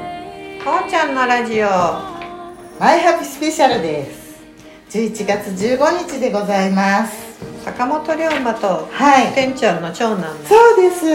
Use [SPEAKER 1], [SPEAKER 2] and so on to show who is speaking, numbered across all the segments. [SPEAKER 1] んちゃんのラジオ
[SPEAKER 2] マイハピスペシャルです。11月15日でございます。
[SPEAKER 1] 坂本龍馬と
[SPEAKER 2] はい。
[SPEAKER 1] てんちゃんの長男
[SPEAKER 2] そうです。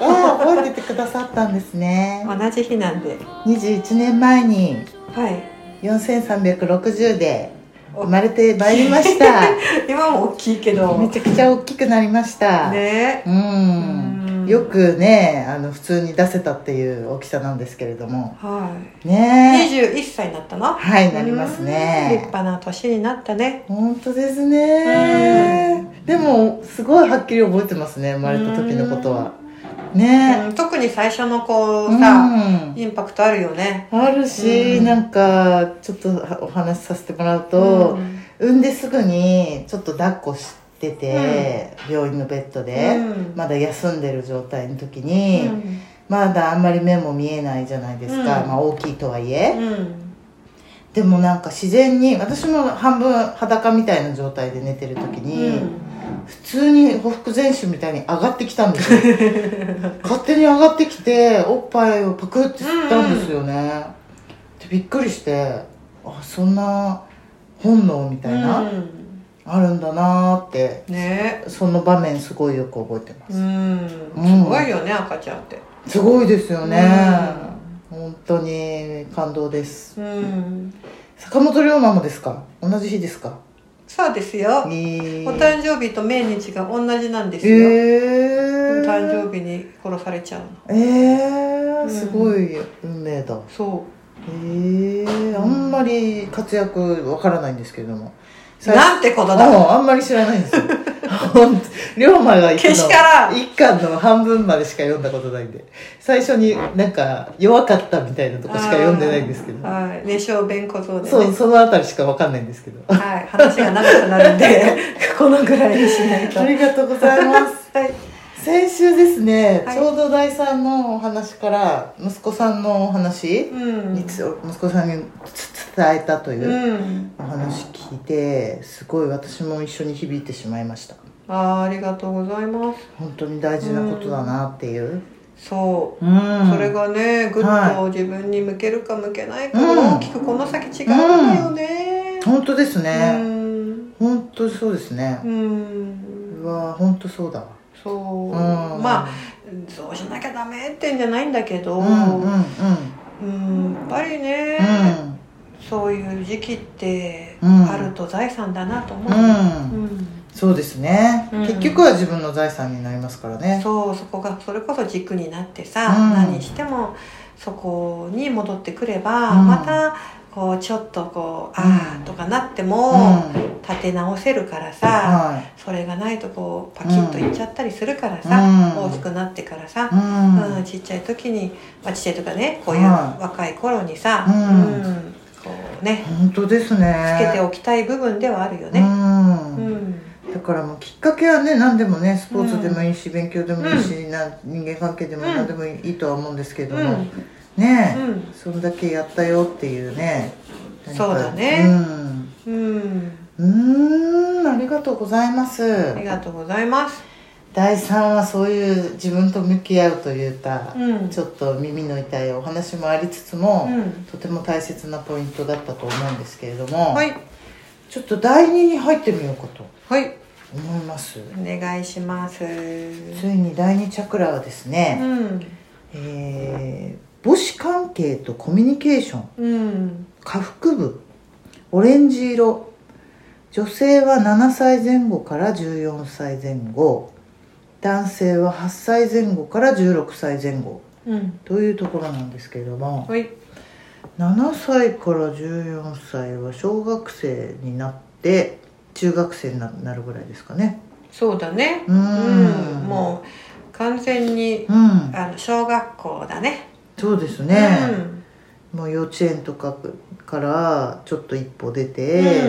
[SPEAKER 2] あ、覚えててくださったんですね。
[SPEAKER 1] の同じ日なんで
[SPEAKER 2] 21年前に
[SPEAKER 1] はい
[SPEAKER 2] 4360で生まれてまいりました。
[SPEAKER 1] 今も大きいけど
[SPEAKER 2] めちゃくちゃ大きくなりました。
[SPEAKER 1] ね
[SPEAKER 2] う
[SPEAKER 1] うん
[SPEAKER 2] ん。よくね、あの普通に出せたっていう大きさなんですけれども。
[SPEAKER 1] は
[SPEAKER 2] ね
[SPEAKER 1] い21歳になったの
[SPEAKER 2] はい、なります
[SPEAKER 1] うん立
[SPEAKER 2] ね。
[SPEAKER 1] 派な年になったね
[SPEAKER 2] 本当ですね。でも、すごいはっきり覚えてますね、生まれた時のことは。ね
[SPEAKER 1] うん特に最初のこ
[SPEAKER 2] え。
[SPEAKER 1] うさ
[SPEAKER 2] うん
[SPEAKER 1] インパクトあるよね
[SPEAKER 2] ある
[SPEAKER 1] う
[SPEAKER 2] し、
[SPEAKER 1] ん
[SPEAKER 2] なんか、ちょっとはお話しさせてもらうと、産んですぐに、ちょっと抱っこしてて、病院のベッドで、
[SPEAKER 1] うん
[SPEAKER 2] まだ休んでる状態の時
[SPEAKER 1] う
[SPEAKER 2] に、
[SPEAKER 1] ん
[SPEAKER 2] まだあんまり目も見えないじゃないですか、
[SPEAKER 1] うん
[SPEAKER 2] まあ大きいとはいえ。
[SPEAKER 1] うん
[SPEAKER 2] でもなんか自然に私も半分裸みたいな状態で寝てる時に、普通にほふく前進みたいに上がってきたんで すよ勝手に上がってきておっぱいをパクって吸ったんですよね、でびっくりしてあそんな本能みたいな、
[SPEAKER 1] うん
[SPEAKER 2] あるんだなーって
[SPEAKER 1] ね
[SPEAKER 2] その場面すごいよく覚えてます、
[SPEAKER 1] うん
[SPEAKER 2] うん
[SPEAKER 1] すごいよね赤ちゃんって
[SPEAKER 2] すごいですよね、本当に感動です
[SPEAKER 1] うん
[SPEAKER 2] 坂本龍馬もですか同じ日ですか
[SPEAKER 1] そうですよ
[SPEAKER 2] え
[SPEAKER 1] お誕生日と命日が同じなんですよ、
[SPEAKER 2] えー、
[SPEAKER 1] 誕生日に殺されちゃうの
[SPEAKER 2] ええー、すごい運命だ、
[SPEAKER 1] そ
[SPEAKER 2] ええー、あんまり活躍わからないんですけれども
[SPEAKER 1] うなんてことだ
[SPEAKER 2] ああんまり知らないん ですよ本当龍馬が行く
[SPEAKER 1] けしからん
[SPEAKER 2] 一巻の半分までしか読んだことないんで最初になんか弱かったみたいなとこしか読んでないんですけど
[SPEAKER 1] はい寝小便小僧でね
[SPEAKER 2] そうそのあたりしかわかんないんですけど
[SPEAKER 1] はい話が長くなるんで このぐらいにしないと
[SPEAKER 2] ありがとうご ざいます
[SPEAKER 1] はい
[SPEAKER 2] 先週ですね、
[SPEAKER 1] はい
[SPEAKER 2] ちょうど大さんのお話から息子さんのお話
[SPEAKER 1] うん
[SPEAKER 2] につ、息子さんにつ伝えたという
[SPEAKER 1] うん
[SPEAKER 2] お話聞いてすごい私も一緒に響いてしまいました
[SPEAKER 1] あーありがとうございます
[SPEAKER 2] 本当に大事なことだなっていう
[SPEAKER 1] そう、
[SPEAKER 2] うん、
[SPEAKER 1] それがねグッと自分に向けるか向けないか
[SPEAKER 2] うん
[SPEAKER 1] は大きくこの先違うんだよね
[SPEAKER 2] 本当です
[SPEAKER 1] う
[SPEAKER 2] ね、
[SPEAKER 1] ん
[SPEAKER 2] 本当そうですね
[SPEAKER 1] う、ん
[SPEAKER 2] うわ本当そうだわ
[SPEAKER 1] そう、
[SPEAKER 2] うん
[SPEAKER 1] まあそうしなきゃダメってんじゃないんだけど、
[SPEAKER 2] う
[SPEAKER 1] うん
[SPEAKER 2] うんうん
[SPEAKER 1] んやっぱりね、そういう時期って
[SPEAKER 2] うん
[SPEAKER 1] あると財産だなと思う、
[SPEAKER 2] うん、うん、
[SPEAKER 1] うん
[SPEAKER 2] そうですね、
[SPEAKER 1] うん
[SPEAKER 2] 結局は自分の財産になりますからね
[SPEAKER 1] そうそこがそれこそ軸になってさ、
[SPEAKER 2] うん
[SPEAKER 1] 何してもそこに戻ってくれば、
[SPEAKER 2] うん
[SPEAKER 1] またこうちょっとこう、
[SPEAKER 2] うん
[SPEAKER 1] ああとかなって
[SPEAKER 2] う
[SPEAKER 1] も立て直せるからさ、
[SPEAKER 2] はい
[SPEAKER 1] それがないとこうパキッといっちゃったりするからさ、
[SPEAKER 2] うん
[SPEAKER 1] 大きくなってからさ、
[SPEAKER 2] うん
[SPEAKER 1] うん、ちっちゃい時に、まあ、ちっちゃいとかねこういう
[SPEAKER 2] はい
[SPEAKER 1] 若い頃にさ、
[SPEAKER 2] うん
[SPEAKER 1] うんこうね
[SPEAKER 2] 本当ですね
[SPEAKER 1] つけておきたい部分ではあるよ
[SPEAKER 2] う
[SPEAKER 1] ね。
[SPEAKER 2] ん
[SPEAKER 1] うん
[SPEAKER 2] だからもうきっかけはね何でもねスポーツでもいいし、勉強でもいいし、な人間関係でも
[SPEAKER 1] うん
[SPEAKER 2] 何でもいいとは思うんですけど
[SPEAKER 1] う
[SPEAKER 2] も、
[SPEAKER 1] ん
[SPEAKER 2] ねえ、
[SPEAKER 1] うん
[SPEAKER 2] そんだけやったよっていうね何か
[SPEAKER 1] そうだね
[SPEAKER 2] うん
[SPEAKER 1] うん、
[SPEAKER 2] うーんありがとうございます
[SPEAKER 1] ありがとうございます。
[SPEAKER 2] 第3はそういう自分と向き合うというか
[SPEAKER 1] う、ん、
[SPEAKER 2] ちょっと耳の痛いお話もありつつも、
[SPEAKER 1] うん
[SPEAKER 2] とても大切なポイントだったと思うんですけれども、
[SPEAKER 1] はい
[SPEAKER 2] ちょっと第2に入ってみようかと
[SPEAKER 1] はい
[SPEAKER 2] 思います
[SPEAKER 1] お願いします。う
[SPEAKER 2] ついに第二チャクラはですね、
[SPEAKER 1] ん
[SPEAKER 2] えー母子関係とコミュニケーション
[SPEAKER 1] うん
[SPEAKER 2] 下腹部オレンジ色女性は7歳前後から14歳前後男性は8歳前後から16歳前後
[SPEAKER 1] うん
[SPEAKER 2] というところなんですけれども
[SPEAKER 1] はい
[SPEAKER 2] 7歳から14歳は小学生になって中学生にななるぐらいですかね
[SPEAKER 1] そうだね。
[SPEAKER 2] うー
[SPEAKER 1] うんもう完全に
[SPEAKER 2] うん
[SPEAKER 1] あの小学校だね。
[SPEAKER 2] そうですね、もう幼稚園とかからちょっと一歩出て、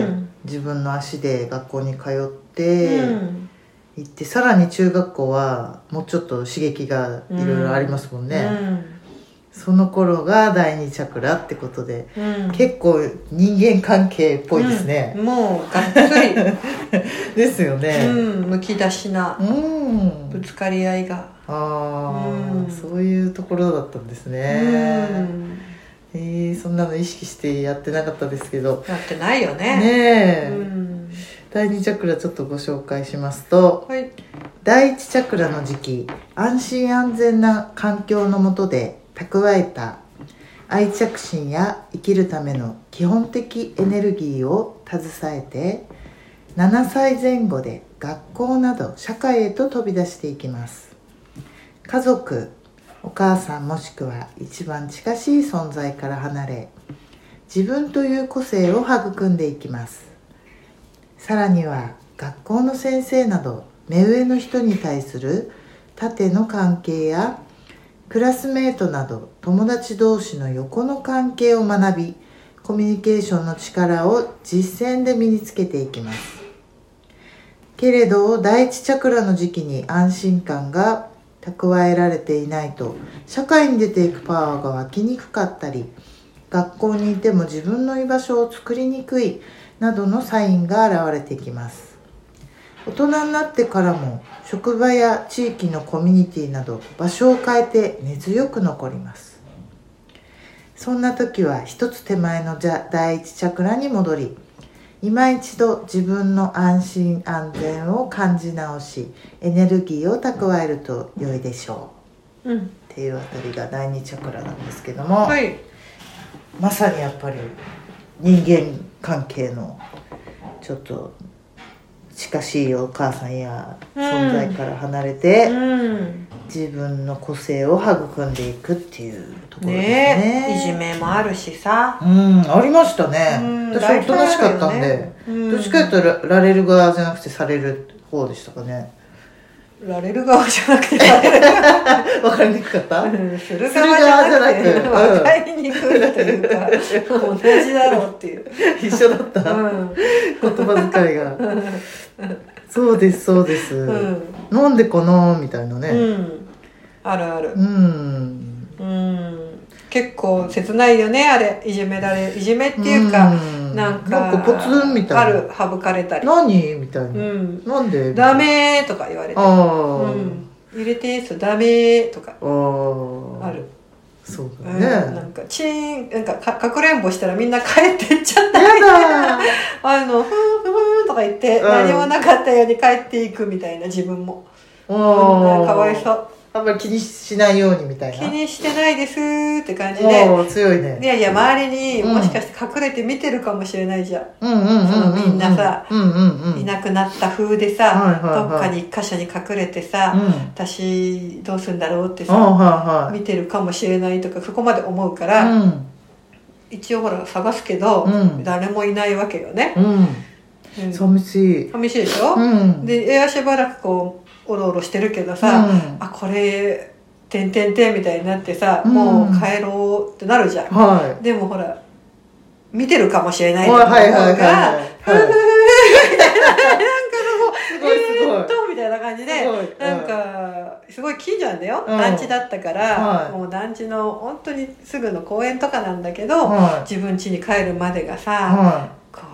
[SPEAKER 1] うん
[SPEAKER 2] 自分の足で学校に通っ
[SPEAKER 1] うん
[SPEAKER 2] て、
[SPEAKER 1] うん
[SPEAKER 2] 行ってさらに中学校はもうちょっと刺激がいろいろありますもんね、その頃が第二チャクラってことで
[SPEAKER 1] うんうん
[SPEAKER 2] 結構人間関係っぽいですね、
[SPEAKER 1] うんもうが っつり、
[SPEAKER 2] ですよね
[SPEAKER 1] うん、むき出しな
[SPEAKER 2] うん、
[SPEAKER 1] ぶつかり合いが、
[SPEAKER 2] ああ、
[SPEAKER 1] うん
[SPEAKER 2] そういうところだったんです
[SPEAKER 1] う
[SPEAKER 2] ね、
[SPEAKER 1] ん
[SPEAKER 2] えー、そんなの意識してやってなかったですけど
[SPEAKER 1] やってないよね
[SPEAKER 2] ねえ、
[SPEAKER 1] うん
[SPEAKER 2] 第二チャクラちょっとご紹介しますと
[SPEAKER 1] はい
[SPEAKER 2] 第一チャクラの時期安心安全な環境の下で蓄えた愛着心や生きるための基本的エネルギーを携えて7歳前後で学校など社会へと飛び出していきます家族お母さんもしくは一番近しい存在から離れ自分という個性を育んでいきますさらには学校の先生など目上の人に対する縦の関係やクラスメートなど友達同士の横の関係を学びコミュニケーションの力を実践で身につけていきますけれど第一チャクラの時期に安心感が蓄えられていないと社会に出ていくパワーが湧きにくかったり学校にいても自分の居場所を作りにくいなどのサインが現れてきます大人になってからも職場や地域のコミュニティなど場所を変えて根強く残りますそんな時は一つ手前のじゃ第一チャクラに戻り今一度自分の安心安全を感じ直しエネルギーを蓄えると良いでしょ
[SPEAKER 1] うん
[SPEAKER 2] うっていうあたりが第二チャクラなんですけども、
[SPEAKER 1] はい
[SPEAKER 2] まさにやっぱり人間関係のちょっと近しいお母さんや
[SPEAKER 1] うん
[SPEAKER 2] 存在から離れて、
[SPEAKER 1] うん
[SPEAKER 2] 自分の個性を育んでいくっていうところですね
[SPEAKER 1] ねえいじめもあるしさ
[SPEAKER 2] うんありましたね、
[SPEAKER 1] うん
[SPEAKER 2] 私おとなしかった
[SPEAKER 1] 大体あるよ
[SPEAKER 2] んで、
[SPEAKER 1] ねうん
[SPEAKER 2] どっちかというとられる側じゃなくてされる方でしたかね
[SPEAKER 1] られる側じゃなくてられる
[SPEAKER 2] わかりにく かった
[SPEAKER 1] うんする側じゃなく
[SPEAKER 2] す
[SPEAKER 1] て
[SPEAKER 2] る側じゃな
[SPEAKER 1] 分
[SPEAKER 2] く
[SPEAKER 1] かりにくいと いうか同じだろうっていう
[SPEAKER 2] 一緒だった
[SPEAKER 1] う
[SPEAKER 2] 言
[SPEAKER 1] ん
[SPEAKER 2] 葉遣いがそうですそうです、
[SPEAKER 1] うん
[SPEAKER 2] なんでかなみたいなね、
[SPEAKER 1] うんあるある
[SPEAKER 2] うん。
[SPEAKER 1] うん結構切ないよねあれいじめられいじめっていうか、
[SPEAKER 2] ん
[SPEAKER 1] なんか
[SPEAKER 2] なんかポツンみたい
[SPEAKER 1] あ
[SPEAKER 2] な。
[SPEAKER 1] る省かれたり、
[SPEAKER 2] 何みたいな。
[SPEAKER 1] うん、
[SPEAKER 2] なんで
[SPEAKER 1] ダ。メーとか言われて、
[SPEAKER 2] あ
[SPEAKER 1] う
[SPEAKER 2] あ、
[SPEAKER 1] ん、入れてーすダメーとか
[SPEAKER 2] ああ。
[SPEAKER 1] ある、。
[SPEAKER 2] そう
[SPEAKER 1] うん
[SPEAKER 2] だ
[SPEAKER 1] な
[SPEAKER 2] ね。
[SPEAKER 1] んかチーンなんかかかくれんぼしたらみんな帰ってっちゃった
[SPEAKER 2] や だー。
[SPEAKER 1] あのふーんふーんとか言って、
[SPEAKER 2] うん
[SPEAKER 1] 何もなかったように帰っていくみたいな自分も、
[SPEAKER 2] あ
[SPEAKER 1] うん
[SPEAKER 2] あ。
[SPEAKER 1] かわいそう
[SPEAKER 2] あんまり気にしないようにみたい
[SPEAKER 1] 気
[SPEAKER 2] な。
[SPEAKER 1] にしてないですーって感じで
[SPEAKER 2] おお強いね
[SPEAKER 1] い。やいや周りに
[SPEAKER 2] うん
[SPEAKER 1] もしかして隠れて見てるかもしれないじゃん
[SPEAKER 2] うんうんうんうんうん。
[SPEAKER 1] そのみんなさ
[SPEAKER 2] うんうんうん。
[SPEAKER 1] いなくなった風でさ、
[SPEAKER 2] はいはいはい
[SPEAKER 1] どっかに一箇所に隠れてさ、
[SPEAKER 2] うん。
[SPEAKER 1] 私どうするんだろうって
[SPEAKER 2] あ
[SPEAKER 1] さ、
[SPEAKER 2] あはいはい。
[SPEAKER 1] 見てるかもしれないとかそこまで思うか
[SPEAKER 2] う
[SPEAKER 1] ら、
[SPEAKER 2] ん
[SPEAKER 1] 一応ほら探すけど、
[SPEAKER 2] うん
[SPEAKER 1] 誰もいないわけよね、
[SPEAKER 2] う
[SPEAKER 1] うん
[SPEAKER 2] ん。寂しい。
[SPEAKER 1] 寂しいでしょ、
[SPEAKER 2] うん。
[SPEAKER 1] でエアしばらくこうおろおろしてるけどさ、
[SPEAKER 2] うん
[SPEAKER 1] あこれてんてんてんみたいになってさ、
[SPEAKER 2] うん
[SPEAKER 1] もう帰ろうってなるじゃん、
[SPEAKER 2] は
[SPEAKER 1] でもほら見てるかもしれ
[SPEAKER 2] い。
[SPEAKER 1] ない
[SPEAKER 2] はいはいはいはい
[SPEAKER 1] なんか
[SPEAKER 2] はい。
[SPEAKER 1] もう
[SPEAKER 2] すごいす
[SPEAKER 1] え
[SPEAKER 2] ごい
[SPEAKER 1] ーっとみたいな感じです
[SPEAKER 2] ごい
[SPEAKER 1] なんかすごい近所なんだよ、
[SPEAKER 2] うん
[SPEAKER 1] 団地だったから、
[SPEAKER 2] はい
[SPEAKER 1] もう団地の本当にすぐの公園とかなんだけど、
[SPEAKER 2] は
[SPEAKER 1] 自分家に帰るまでが
[SPEAKER 2] い。
[SPEAKER 1] さ、
[SPEAKER 2] はい。
[SPEAKER 1] こ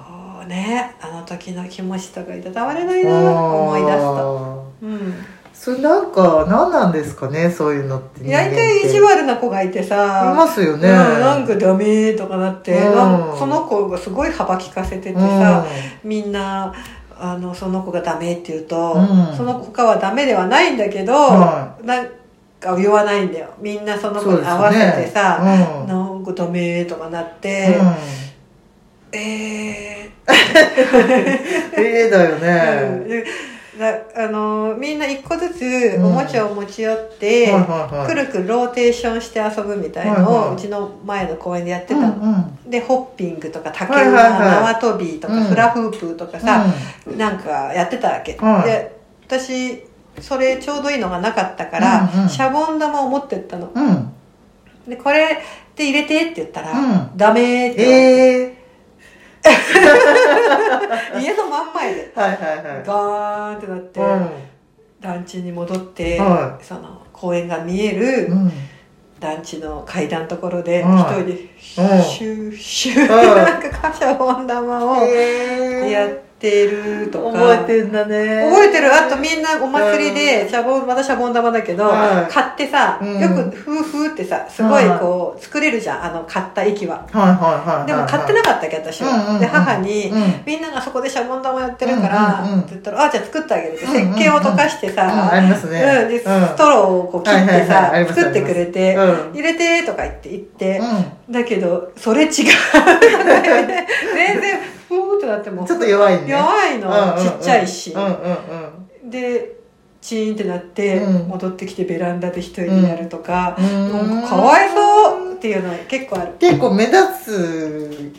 [SPEAKER 1] うねあの時の気持ちとかいたたまれないな思い出すと。うん、
[SPEAKER 2] すとそれなんか何なんですかねそういうのって人間
[SPEAKER 1] 大
[SPEAKER 2] って
[SPEAKER 1] 体意地悪な子がいてさ
[SPEAKER 2] いますよね、
[SPEAKER 1] うん、なんかダメとかなって、
[SPEAKER 2] うん
[SPEAKER 1] なんその子がすごい幅利かせててさ、みんなあのその子がダメって言うと、
[SPEAKER 2] うん
[SPEAKER 1] その他はダメではないんだけど、
[SPEAKER 2] うんは
[SPEAKER 1] なんか言わないんだよみんなそ
[SPEAKER 2] い
[SPEAKER 1] の
[SPEAKER 2] そ
[SPEAKER 1] 子
[SPEAKER 2] うで
[SPEAKER 1] に
[SPEAKER 2] す
[SPEAKER 1] 合
[SPEAKER 2] よ
[SPEAKER 1] わせ
[SPEAKER 2] ね
[SPEAKER 1] てさ、
[SPEAKER 2] うん
[SPEAKER 1] なんかダメとかなっ
[SPEAKER 2] うん
[SPEAKER 1] て、え
[SPEAKER 2] ええだよ
[SPEAKER 1] ー
[SPEAKER 2] ね、
[SPEAKER 1] でだあのーみんな一個ずつ
[SPEAKER 2] うん
[SPEAKER 1] おもちゃを持ち寄って、
[SPEAKER 2] はいはいはい
[SPEAKER 1] くるくるローテーションして遊ぶみたいのを、
[SPEAKER 2] はいはいう
[SPEAKER 1] ちの前の公園でやってた
[SPEAKER 2] うん
[SPEAKER 1] の、
[SPEAKER 2] うんうん
[SPEAKER 1] でホッピングとか竹馬、
[SPEAKER 2] はいはいはい
[SPEAKER 1] 縄跳びとか、
[SPEAKER 2] うん
[SPEAKER 1] フラフープとかさ、なんかやってたわけ、
[SPEAKER 2] はい
[SPEAKER 1] で私それちょうどいいのがなかったから、
[SPEAKER 2] うんうん
[SPEAKER 1] シャボン玉を持ってったの
[SPEAKER 2] うんうん
[SPEAKER 1] でこれで入れてって言ったら、
[SPEAKER 2] うん
[SPEAKER 1] ダメーって言われて、
[SPEAKER 2] ええ
[SPEAKER 1] 家の真ん前で
[SPEAKER 2] はいはいはい
[SPEAKER 1] ガーンってなって、団地に戻って、
[SPEAKER 2] は
[SPEAKER 1] その公園が見える
[SPEAKER 2] うんうん
[SPEAKER 1] 団地の階段のところで、
[SPEAKER 2] は
[SPEAKER 1] 一
[SPEAKER 2] い
[SPEAKER 1] 人でシューシュー、
[SPEAKER 2] うん
[SPEAKER 1] なんかシャボン玉を
[SPEAKER 2] ええ
[SPEAKER 1] やっってるとか
[SPEAKER 2] 覚えてんだね
[SPEAKER 1] 覚えてるあとみんなお祭りでシャボンまたシャボン玉だけど、
[SPEAKER 2] はい
[SPEAKER 1] 買ってさ、
[SPEAKER 2] うん
[SPEAKER 1] よくフーフーってさすごいこう作れるじゃんあの買った息は
[SPEAKER 2] はいはいはいはい
[SPEAKER 1] でも買ってなかったっけ私は、
[SPEAKER 2] うんうんうん
[SPEAKER 1] で母に、
[SPEAKER 2] うん
[SPEAKER 1] みんながそこでシャボン玉やってるから、
[SPEAKER 2] うんうんうん
[SPEAKER 1] って言ったら「あじゃあ作ってあげる」って
[SPEAKER 2] うん
[SPEAKER 1] 石
[SPEAKER 2] うんうん
[SPEAKER 1] 鹸を溶かしてさ、
[SPEAKER 2] うんありますね
[SPEAKER 1] うんで
[SPEAKER 2] うん
[SPEAKER 1] ストローをこう切っ
[SPEAKER 2] はい
[SPEAKER 1] て
[SPEAKER 2] はいはい
[SPEAKER 1] さ、
[SPEAKER 2] あります
[SPEAKER 1] 作ってくれて、
[SPEAKER 2] うん
[SPEAKER 1] 入れてとか言って言って、
[SPEAKER 2] う
[SPEAKER 1] だけどそれ違う全然ふーってなっても
[SPEAKER 2] んちょっと弱いね
[SPEAKER 1] 弱いの、
[SPEAKER 2] うんうんうん
[SPEAKER 1] ちっちゃいし、
[SPEAKER 2] うんうんうん
[SPEAKER 1] でチーンってなって、
[SPEAKER 2] うん
[SPEAKER 1] 戻ってきてベランダで一人でやるとか、
[SPEAKER 2] うん
[SPEAKER 1] なんかかわいそうっていうのは結構ある
[SPEAKER 2] 結構目立つ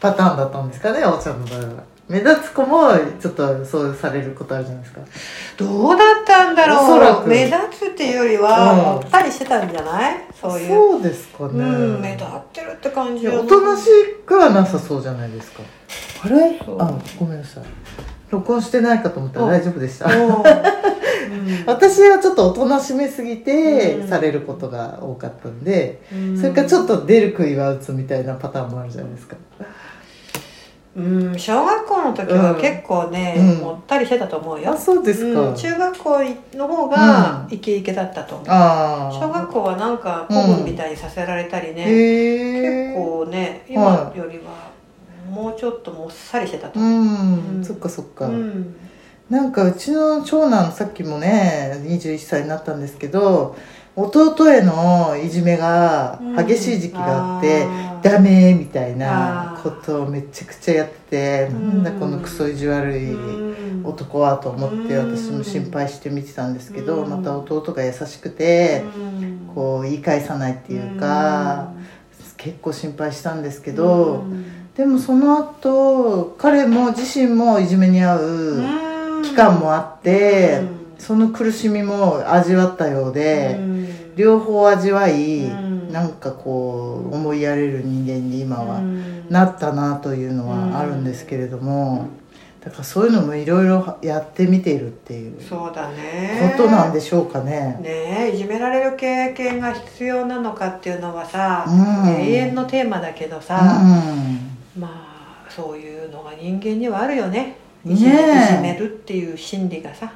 [SPEAKER 2] パターンだったんですかねおちゃんの場合は目立つ子もちょっとそうされることあるじゃないですか
[SPEAKER 1] どうだったんだ
[SPEAKER 2] おそら
[SPEAKER 1] ろう
[SPEAKER 2] く
[SPEAKER 1] 目立つっていうよりは
[SPEAKER 2] うん
[SPEAKER 1] もったりしてたんじゃないそういう
[SPEAKER 2] そうですかね、
[SPEAKER 1] うん目立ってるって感
[SPEAKER 2] い
[SPEAKER 1] じ
[SPEAKER 2] や
[SPEAKER 1] は
[SPEAKER 2] おとなしくはなさそうじゃないですかあれ
[SPEAKER 1] そう
[SPEAKER 2] あごめんなさい録音してないかと思ったら
[SPEAKER 1] うん
[SPEAKER 2] 大丈夫でした
[SPEAKER 1] う
[SPEAKER 2] 私はちょっとおとなしめすぎ
[SPEAKER 1] う
[SPEAKER 2] て
[SPEAKER 1] ん
[SPEAKER 2] されることが多かったんで、
[SPEAKER 1] ん
[SPEAKER 2] それからちょっと出る杭は打つみたいなパターンもあるじゃないですか、
[SPEAKER 1] うん小学校の時は結構ね、
[SPEAKER 2] うん
[SPEAKER 1] もったりしてたと思うよ
[SPEAKER 2] あ、そうですか、
[SPEAKER 1] うん中学校の方が
[SPEAKER 2] うん
[SPEAKER 1] イケイケだったと思う、
[SPEAKER 2] ああ
[SPEAKER 1] 小学校はなんか古文みたいにさせられたりね、
[SPEAKER 2] へえ
[SPEAKER 1] 結構ね
[SPEAKER 2] は
[SPEAKER 1] 今
[SPEAKER 2] い
[SPEAKER 1] よりはもうちょっともっさりしてたと
[SPEAKER 2] う
[SPEAKER 1] 思う、
[SPEAKER 2] ん、
[SPEAKER 1] うん
[SPEAKER 2] そっかそっか、
[SPEAKER 1] うん
[SPEAKER 2] なんかうちの長男さっきもね21歳になったんですけど弟へのいじめが激しい時期があって、
[SPEAKER 1] あー
[SPEAKER 2] ダメみたいな
[SPEAKER 1] あー
[SPEAKER 2] ことをめちゃくちゃやってて、
[SPEAKER 1] うん
[SPEAKER 2] なんだこのクソ意地悪い
[SPEAKER 1] うん
[SPEAKER 2] 男はと思って
[SPEAKER 1] うん
[SPEAKER 2] 私も心配して見てたんですけど、
[SPEAKER 1] うん
[SPEAKER 2] また弟が優しくて、
[SPEAKER 1] うん
[SPEAKER 2] こう言い返さないっていうか、結構心配したんですけ
[SPEAKER 1] う
[SPEAKER 2] ど、
[SPEAKER 1] ん
[SPEAKER 2] でもその後彼も自身もいじめに遭う期間もあって、
[SPEAKER 1] うん
[SPEAKER 2] その苦しみも味わったようで、
[SPEAKER 1] うん
[SPEAKER 2] 両方味わい、
[SPEAKER 1] うん
[SPEAKER 2] なんかこう思いやれる人間に今
[SPEAKER 1] う
[SPEAKER 2] は
[SPEAKER 1] ん
[SPEAKER 2] なったなというのはあるんですけれども、だからそういうのもいろいろやってみているっていうこ
[SPEAKER 1] そうだね
[SPEAKER 2] となんでしょうかね。
[SPEAKER 1] ねえいじめられる経験が必要なのかっていうのはさ、
[SPEAKER 2] うん
[SPEAKER 1] 永遠のテーマだけど
[SPEAKER 2] う
[SPEAKER 1] さ、
[SPEAKER 2] ん
[SPEAKER 1] まあそういうのが人間にはあるよね
[SPEAKER 2] ねえ
[SPEAKER 1] いじめいじめるっていう心理がさ、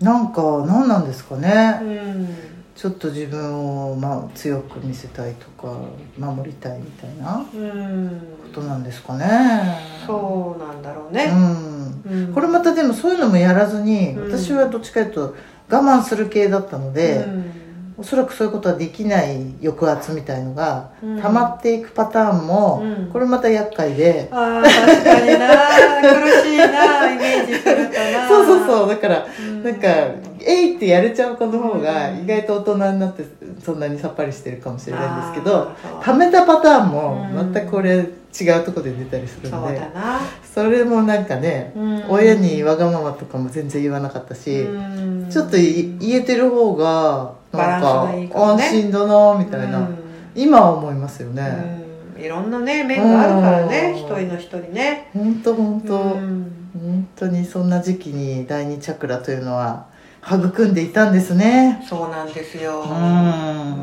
[SPEAKER 2] なんか何なんですかね、
[SPEAKER 1] うん、
[SPEAKER 2] ちょっと自分をまあ強く見せたいとか守りたいみたいな
[SPEAKER 1] うん、
[SPEAKER 2] ことなんですかね
[SPEAKER 1] そうなんだろう
[SPEAKER 2] う
[SPEAKER 1] ね、
[SPEAKER 2] ん
[SPEAKER 1] うん
[SPEAKER 2] これまたでもそういうのもやらずに、
[SPEAKER 1] うん
[SPEAKER 2] 私はどっちかというと我慢する系だったので、
[SPEAKER 1] うん
[SPEAKER 2] おそらくそういうことはできない抑圧みたいのが
[SPEAKER 1] うん
[SPEAKER 2] 溜まっていくパターンも、
[SPEAKER 1] うん
[SPEAKER 2] これまた厄介で、
[SPEAKER 1] あー確かにな苦しいなイメージするとな
[SPEAKER 2] そうそうそうだから、
[SPEAKER 1] うん
[SPEAKER 2] なんか「えい!」ってやれちゃう子の方が意外と大人になってそんなにさっぱりしてるかもしれないんですけど、
[SPEAKER 1] あー
[SPEAKER 2] 貯めたパターンも
[SPEAKER 1] うん
[SPEAKER 2] 全くこれ違うとこで出たりする
[SPEAKER 1] そ
[SPEAKER 2] ん
[SPEAKER 1] う
[SPEAKER 2] で、
[SPEAKER 1] だな、
[SPEAKER 2] それもなんかね、
[SPEAKER 1] うん
[SPEAKER 2] 親にわがままとかも全然言わなかったし、
[SPEAKER 1] うん
[SPEAKER 2] ちょっとい言えてる方がなん
[SPEAKER 1] バラン
[SPEAKER 2] か
[SPEAKER 1] スがいいかも
[SPEAKER 2] 安
[SPEAKER 1] ね
[SPEAKER 2] 心だなみたいな、
[SPEAKER 1] うん
[SPEAKER 2] 今は思いますよね、
[SPEAKER 1] うんいろんなね面があるから
[SPEAKER 2] うん
[SPEAKER 1] ね一人の人にね
[SPEAKER 2] ほんとほんと、
[SPEAKER 1] うん
[SPEAKER 2] 本当にそんな時期に第二チャクラというのは育んでいたんですね
[SPEAKER 1] そうなんですよ
[SPEAKER 2] うん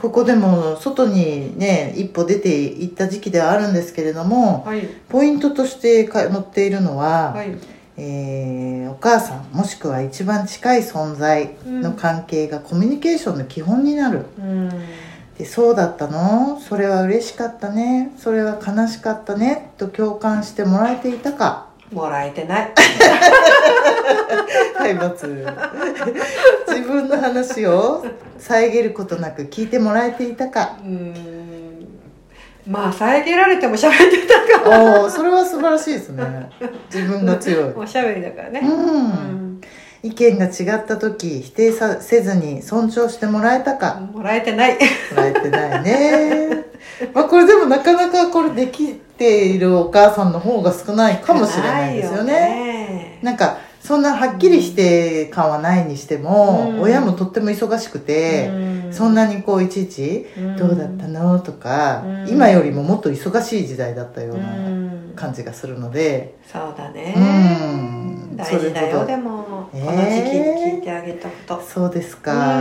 [SPEAKER 2] ここでも外にね一歩出ていった時期ではあるんですけれども、
[SPEAKER 1] はい
[SPEAKER 2] ポイントとしてか載っているのは、
[SPEAKER 1] はい
[SPEAKER 2] えーお母さんもしくは一番近い存在の関係がコミュニケーションの基本になる、
[SPEAKER 1] うん
[SPEAKER 2] でそうだったのそれは嬉しかったねそれは悲しかったねと共感してもらえていたか
[SPEAKER 1] もらえてない
[SPEAKER 2] 体罰自分の話を遮ることなく聞いてもらえていたか
[SPEAKER 1] うんまあ遮られても喋ってたか
[SPEAKER 2] おおそれは素晴らしいですね自分が強い
[SPEAKER 1] ら おしゃべりだからね
[SPEAKER 2] うん意見が違った時否定させずに尊重してもらえたか
[SPEAKER 1] もらえてない
[SPEAKER 2] もらえてな いねまあこれでもなかなかこれできているお母さんの方が少ないかもしれないですよね
[SPEAKER 1] ないよね
[SPEAKER 2] なんかそんなはっきり否定感はないにしても、
[SPEAKER 1] うん
[SPEAKER 2] 親もとっても忙しくて、
[SPEAKER 1] うん
[SPEAKER 2] そんなにこういちいち「どうだったの?」とか、
[SPEAKER 1] うん
[SPEAKER 2] 今よりももっと忙しい時代だったよう
[SPEAKER 1] う
[SPEAKER 2] なん感じがするので、
[SPEAKER 1] そうだね
[SPEAKER 2] うん
[SPEAKER 1] 大事だ
[SPEAKER 2] そういうこ
[SPEAKER 1] よ
[SPEAKER 2] と
[SPEAKER 1] でもこ
[SPEAKER 2] え
[SPEAKER 1] の
[SPEAKER 2] ー
[SPEAKER 1] 時期に聞いてあげたこと
[SPEAKER 2] そうですか、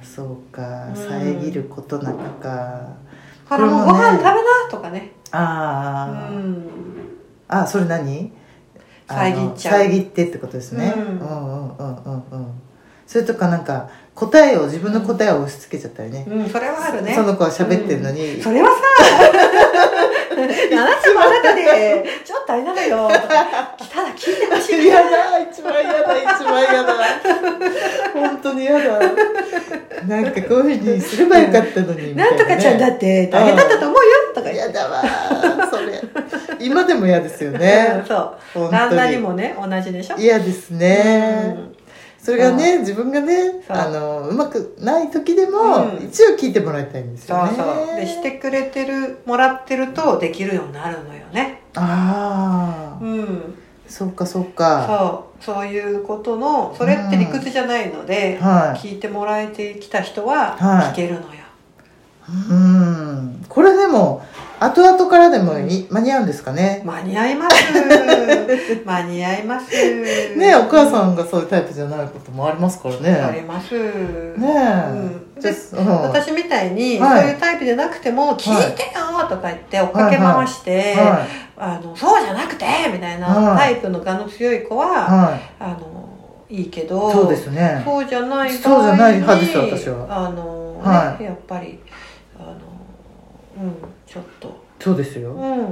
[SPEAKER 1] う
[SPEAKER 2] そうか
[SPEAKER 1] うん
[SPEAKER 2] 遮ることなくか、
[SPEAKER 1] ほらもうご
[SPEAKER 2] これ
[SPEAKER 1] 飯
[SPEAKER 2] もね
[SPEAKER 1] 食べなとかね
[SPEAKER 2] あ
[SPEAKER 1] う
[SPEAKER 2] ー、
[SPEAKER 1] ん
[SPEAKER 2] あそれ何あの
[SPEAKER 1] 遮っちゃう
[SPEAKER 2] 遮ってってことですね、
[SPEAKER 1] うん
[SPEAKER 2] うんうんうんうんうんそれとかなんか答えを自分の答えを押し付けちゃったりね、
[SPEAKER 1] うん、それはあるね
[SPEAKER 2] その子は喋ってるのに、
[SPEAKER 1] うんそれはさ あなたもあなたでちょっとあれなのよとかただ聞いてほしい
[SPEAKER 2] 嫌だ一番嫌だ一番嫌だ本当に嫌だなんかこういうふうにすればよかったのにみた
[SPEAKER 1] ないんとかちゃんだ
[SPEAKER 2] ね
[SPEAKER 1] って大変だったと思うよとか言
[SPEAKER 2] 嫌だわーそれ今でも嫌ですよ
[SPEAKER 1] う
[SPEAKER 2] ね
[SPEAKER 1] んそう
[SPEAKER 2] 本
[SPEAKER 1] 何
[SPEAKER 2] 当
[SPEAKER 1] なり
[SPEAKER 2] に
[SPEAKER 1] もね同じでしょ
[SPEAKER 2] 嫌ですね、それがね自分がね
[SPEAKER 1] そう
[SPEAKER 2] あのうまくない時でも、
[SPEAKER 1] うん
[SPEAKER 2] 一応聞いてもらいたいんです
[SPEAKER 1] そ
[SPEAKER 2] よ
[SPEAKER 1] う
[SPEAKER 2] ね
[SPEAKER 1] そうでしてくれてるもらってるとできるようになるのよね
[SPEAKER 2] ああ、
[SPEAKER 1] うん
[SPEAKER 2] そうかそうか
[SPEAKER 1] そうそういうことのそれって理屈じゃないので、
[SPEAKER 2] はい
[SPEAKER 1] 聞いてもらえてきた人は
[SPEAKER 2] はい
[SPEAKER 1] 聞けるのよ、
[SPEAKER 2] うんこれでも後々からでもい間に合うんですかね
[SPEAKER 1] 間に合い ます間に合います
[SPEAKER 2] ね
[SPEAKER 1] ね
[SPEAKER 2] お母さんがそういうタイプじゃないこともありますから
[SPEAKER 1] あり
[SPEAKER 2] ね。
[SPEAKER 1] ます
[SPEAKER 2] ね
[SPEAKER 1] うん
[SPEAKER 2] え。じゃあうん
[SPEAKER 1] 私みたいに、
[SPEAKER 2] はい
[SPEAKER 1] そういうタイプじゃなくても「聞いてよ!」とか言って追っかけ回して
[SPEAKER 2] は
[SPEAKER 1] 「あのそうじゃなくて!」みたいな
[SPEAKER 2] はい
[SPEAKER 1] タイプの我の強い子
[SPEAKER 2] い。
[SPEAKER 1] は、
[SPEAKER 2] はい。
[SPEAKER 1] あのいいけど
[SPEAKER 2] そうですね。
[SPEAKER 1] そうじゃない
[SPEAKER 2] そうじゃない派ですよ
[SPEAKER 1] 場合に
[SPEAKER 2] 私は
[SPEAKER 1] あの、
[SPEAKER 2] は
[SPEAKER 1] ねやっぱりあのうんちょっと
[SPEAKER 2] そうですよ。
[SPEAKER 1] うん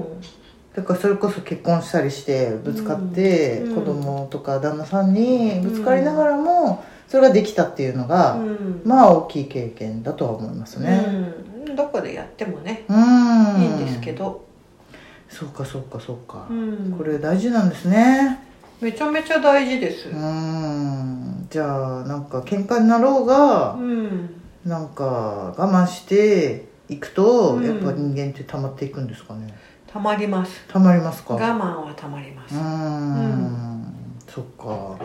[SPEAKER 2] だからそれこそ結婚したりしてぶつかって、
[SPEAKER 1] うん
[SPEAKER 2] 子供とか旦那さんにぶつかりながらもそれができたっていうのが、
[SPEAKER 1] うん
[SPEAKER 2] まあ大きい経験だとは思いますね。
[SPEAKER 1] うんどこでやってもね
[SPEAKER 2] うん。
[SPEAKER 1] いいんですけ。ど、
[SPEAKER 2] そうかそうかそうか
[SPEAKER 1] う。ん
[SPEAKER 2] これ大事なんですね。
[SPEAKER 1] めちゃめちゃ大事です
[SPEAKER 2] うん。じゃあなんか喧嘩になろうが。
[SPEAKER 1] うん
[SPEAKER 2] なんか我慢していくと、
[SPEAKER 1] うん
[SPEAKER 2] やっぱ人間って溜まっていくんですかね
[SPEAKER 1] たまります
[SPEAKER 2] 溜まりますか
[SPEAKER 1] 我慢はたまりま
[SPEAKER 2] う
[SPEAKER 1] す、
[SPEAKER 2] ーんそっか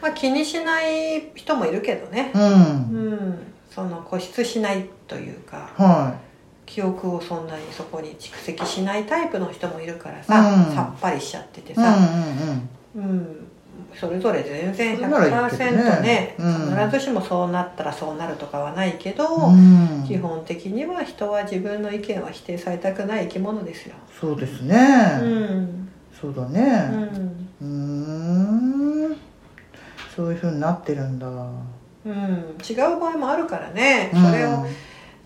[SPEAKER 1] まあ気にしない人もいるけどね
[SPEAKER 2] う、
[SPEAKER 1] うんんその固執しないというか
[SPEAKER 2] は
[SPEAKER 1] 記憶をそんなにそこに蓄積しないタイプの人もいるからさ、
[SPEAKER 2] うん
[SPEAKER 1] さっぱりしちゃってて
[SPEAKER 2] いうん
[SPEAKER 1] さ、
[SPEAKER 2] うんうん
[SPEAKER 1] うん、それぞれ全然
[SPEAKER 2] それならいいけどね
[SPEAKER 1] 100%ね
[SPEAKER 2] うん
[SPEAKER 1] 必ずしもそうなったらそうなるとかはないけど、
[SPEAKER 2] うん
[SPEAKER 1] 基本的には人は自分の意見は否定されたくない生き物ですよ。
[SPEAKER 2] そうです
[SPEAKER 1] う
[SPEAKER 2] ね、
[SPEAKER 1] ん
[SPEAKER 2] そうだ
[SPEAKER 1] う
[SPEAKER 2] ね
[SPEAKER 1] ん
[SPEAKER 2] うーんそういうふうになってるんだ
[SPEAKER 1] うん、違う場合もあるからね、それを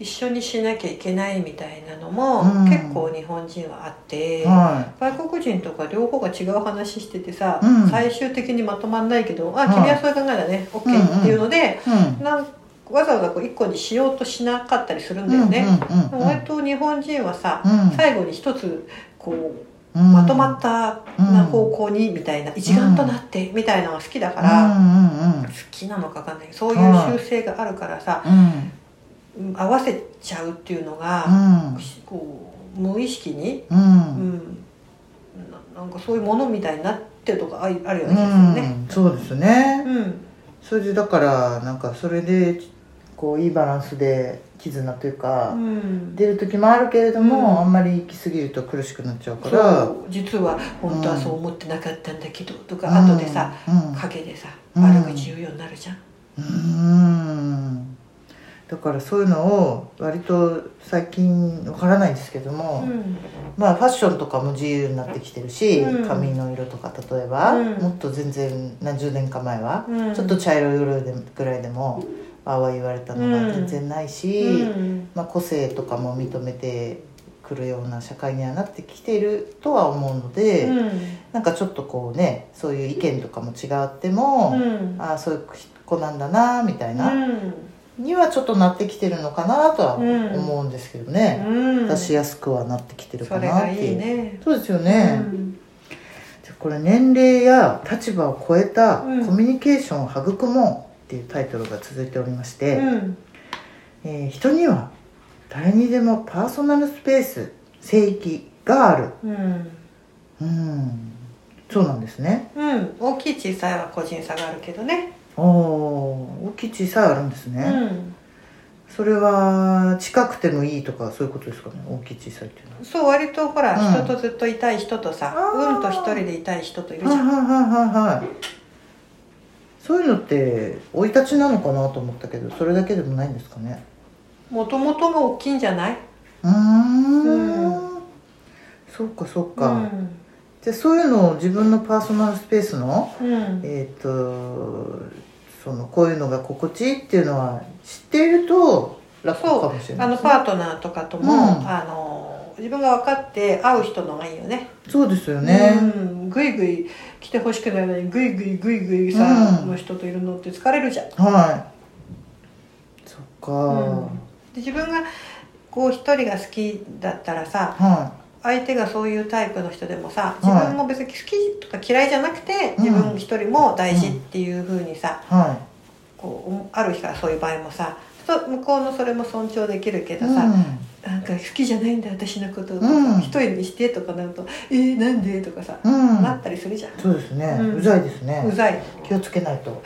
[SPEAKER 1] 一緒にしなきゃいけないみたいなのも
[SPEAKER 2] うん
[SPEAKER 1] 結構日本人はあって、
[SPEAKER 2] うん、は
[SPEAKER 1] 外国人とか両方が違う話しててさ、
[SPEAKER 2] うん
[SPEAKER 1] 最終的にまとまんないけど「あ
[SPEAKER 2] はい
[SPEAKER 1] 君はそういう考えだね OK」オッケーっていうので、
[SPEAKER 2] いうん
[SPEAKER 1] なんわざわざこう1個にしようとしなかったりするんだよね。
[SPEAKER 2] うんうん
[SPEAKER 1] で
[SPEAKER 2] う
[SPEAKER 1] も
[SPEAKER 2] ん
[SPEAKER 1] 割と日本人はさ、
[SPEAKER 2] うん
[SPEAKER 1] 最後に一つこ
[SPEAKER 2] う
[SPEAKER 1] うんまとまったな方向にみたいな、一丸となってみたいなのが好きだから、
[SPEAKER 2] うんうん
[SPEAKER 1] 好きなのかわかんないけどそういう習性があるからさ、
[SPEAKER 2] うん
[SPEAKER 1] うん合わせちゃうっていうのが、
[SPEAKER 2] うん
[SPEAKER 1] こう無意識に
[SPEAKER 2] うんうん
[SPEAKER 1] うん、ななんかそういうものみたいになってるとかあいあるよ
[SPEAKER 2] う
[SPEAKER 1] ねきっとね。
[SPEAKER 2] ん、そうですね、
[SPEAKER 1] うん
[SPEAKER 2] それでだからなんかそれでこういいバランスで絆という
[SPEAKER 1] う
[SPEAKER 2] か、
[SPEAKER 1] ん
[SPEAKER 2] 出る時もあるけれども、
[SPEAKER 1] うん
[SPEAKER 2] あんまり行き過ぎると苦しくなっちゃうか
[SPEAKER 1] そ
[SPEAKER 2] ら
[SPEAKER 1] う実は本当はそう思ってなかったんだけどとか、
[SPEAKER 2] うん
[SPEAKER 1] 後でさ
[SPEAKER 2] うん
[SPEAKER 1] 陰でさ
[SPEAKER 2] うん
[SPEAKER 1] 悪口言うようになるじゃん、
[SPEAKER 2] うんだからそういうのを割と最近わからないんですけども、
[SPEAKER 1] うん
[SPEAKER 2] まあファッションとかも自由になってきてるし、
[SPEAKER 1] うん
[SPEAKER 2] 髪の色とか例えば、
[SPEAKER 1] うん
[SPEAKER 2] もっと全然何十年か前は、
[SPEAKER 1] うん
[SPEAKER 2] ちょっと茶色い色でぐらいでもあわ言われたのが全然ないし、
[SPEAKER 1] うん
[SPEAKER 2] まあ、個性とかも認めてくるような社会にはなってきてるとは思うので、
[SPEAKER 1] うん
[SPEAKER 2] なんかちょっとこうねそういう意見とかも違っても、
[SPEAKER 1] うん
[SPEAKER 2] ああそういう子なんだなみたいな、
[SPEAKER 1] うん
[SPEAKER 2] にはちょっとなってきてるのかなとは
[SPEAKER 1] うん
[SPEAKER 2] 思うんですけどね、
[SPEAKER 1] うん
[SPEAKER 2] 出しやすくはなってきてる
[SPEAKER 1] そ
[SPEAKER 2] か
[SPEAKER 1] れが
[SPEAKER 2] なって
[SPEAKER 1] い
[SPEAKER 2] い。
[SPEAKER 1] いうね
[SPEAKER 2] そうですよ
[SPEAKER 1] う
[SPEAKER 2] ね、
[SPEAKER 1] ん
[SPEAKER 2] じゃあこれ年齢や立場を超えたコ
[SPEAKER 1] うん
[SPEAKER 2] ミュニケーションを育もうっていうタイトルが続いておりまして、
[SPEAKER 1] うん
[SPEAKER 2] えー人には誰にでもパーソナルスペース聖域がある
[SPEAKER 1] うん
[SPEAKER 2] うんそうなんですね
[SPEAKER 1] うん大きい小さいは個人差があるけどね
[SPEAKER 2] おお大きい小さいあるんですね、
[SPEAKER 1] うん
[SPEAKER 2] それは近くてもいいとかそういうことですかね大きい小さいっていうのは
[SPEAKER 1] そう割とほら、
[SPEAKER 2] うん
[SPEAKER 1] 人とずっといたい人とさ
[SPEAKER 2] あー
[SPEAKER 1] うんと一人でいたい人といるじ
[SPEAKER 2] はい
[SPEAKER 1] ゃん
[SPEAKER 2] はいはいはいはいそういうのって生い立ちなのかなと思ったけどそれだけでもないんですかね
[SPEAKER 1] もともとが大きいんじゃないう
[SPEAKER 2] ーんそうかそうか、
[SPEAKER 1] うん
[SPEAKER 2] じゃあそういうのを自分のパーソナルスペースの、
[SPEAKER 1] うん
[SPEAKER 2] えっ、と、その、こういうのが心地いいっていうのは知っていると楽かもしれ
[SPEAKER 1] あ
[SPEAKER 2] ない
[SPEAKER 1] の
[SPEAKER 2] です
[SPEAKER 1] パー
[SPEAKER 2] ね、
[SPEAKER 1] トナーとかとも、
[SPEAKER 2] うん
[SPEAKER 1] あの自分が分かって会う人のがいいよね
[SPEAKER 2] そうですよね。
[SPEAKER 1] うん、ぐいぐい来てほしくないのにぐいぐいぐいぐいさ、
[SPEAKER 2] うん
[SPEAKER 1] の人といるのって疲れるじゃん、
[SPEAKER 2] はい。そっか、
[SPEAKER 1] うんで自分がこう一人が好きだったらさ
[SPEAKER 2] は
[SPEAKER 1] 相手がそういうタイプの人でもさ
[SPEAKER 2] い
[SPEAKER 1] 自分も別に好きとか嫌いじゃなくて、自分一人も大事っていう風にさ、
[SPEAKER 2] い。は
[SPEAKER 1] こうある日からそういう場合もさと向こうのそれも尊重できるけ
[SPEAKER 2] い。
[SPEAKER 1] どさ、なんか好きじゃないんだ私のこととか、
[SPEAKER 2] うん
[SPEAKER 1] 一人にしてとかなると「えー、なんで?」とかさ、
[SPEAKER 2] うん。うん。
[SPEAKER 1] なったりするじゃん、
[SPEAKER 2] そうですね、
[SPEAKER 1] う
[SPEAKER 2] うんざいですね
[SPEAKER 1] うざ い
[SPEAKER 2] 気をつけないと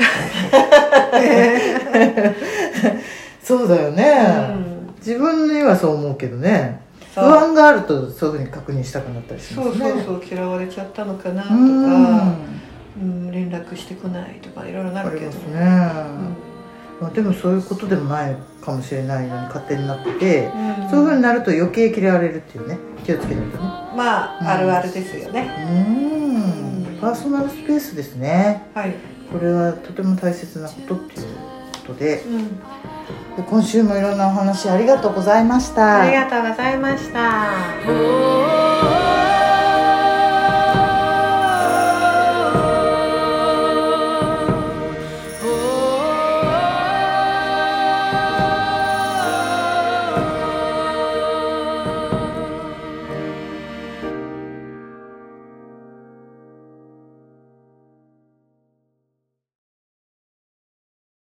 [SPEAKER 2] そうだよ
[SPEAKER 1] う
[SPEAKER 2] ね、
[SPEAKER 1] ん
[SPEAKER 2] 自分にはそう思うけどね不
[SPEAKER 1] そう
[SPEAKER 2] 安があるとそういうふうに確認したくなったりしま
[SPEAKER 1] そう
[SPEAKER 2] すね
[SPEAKER 1] そうそう嫌われちゃったのかなと
[SPEAKER 2] う
[SPEAKER 1] か、
[SPEAKER 2] ん
[SPEAKER 1] うん、連絡してこないとかいろいろな
[SPEAKER 2] あ
[SPEAKER 1] る
[SPEAKER 2] り
[SPEAKER 1] けど
[SPEAKER 2] ますね、
[SPEAKER 1] うん
[SPEAKER 2] まあ、でもそういうことでもないかもしれないのに勝手になってて、
[SPEAKER 1] うん
[SPEAKER 2] そういうふうになると余計嫌われるっていうね気をつけないとね
[SPEAKER 1] まあ、
[SPEAKER 2] うん
[SPEAKER 1] あるあるですよね
[SPEAKER 2] うん
[SPEAKER 1] うん
[SPEAKER 2] パーソナルスペースですね
[SPEAKER 1] はい、
[SPEAKER 2] これはとても大切なことっていうことで
[SPEAKER 1] うん、
[SPEAKER 2] 今週もいろんなお話ありがとうございました
[SPEAKER 1] ありがとうございました、
[SPEAKER 3] Oh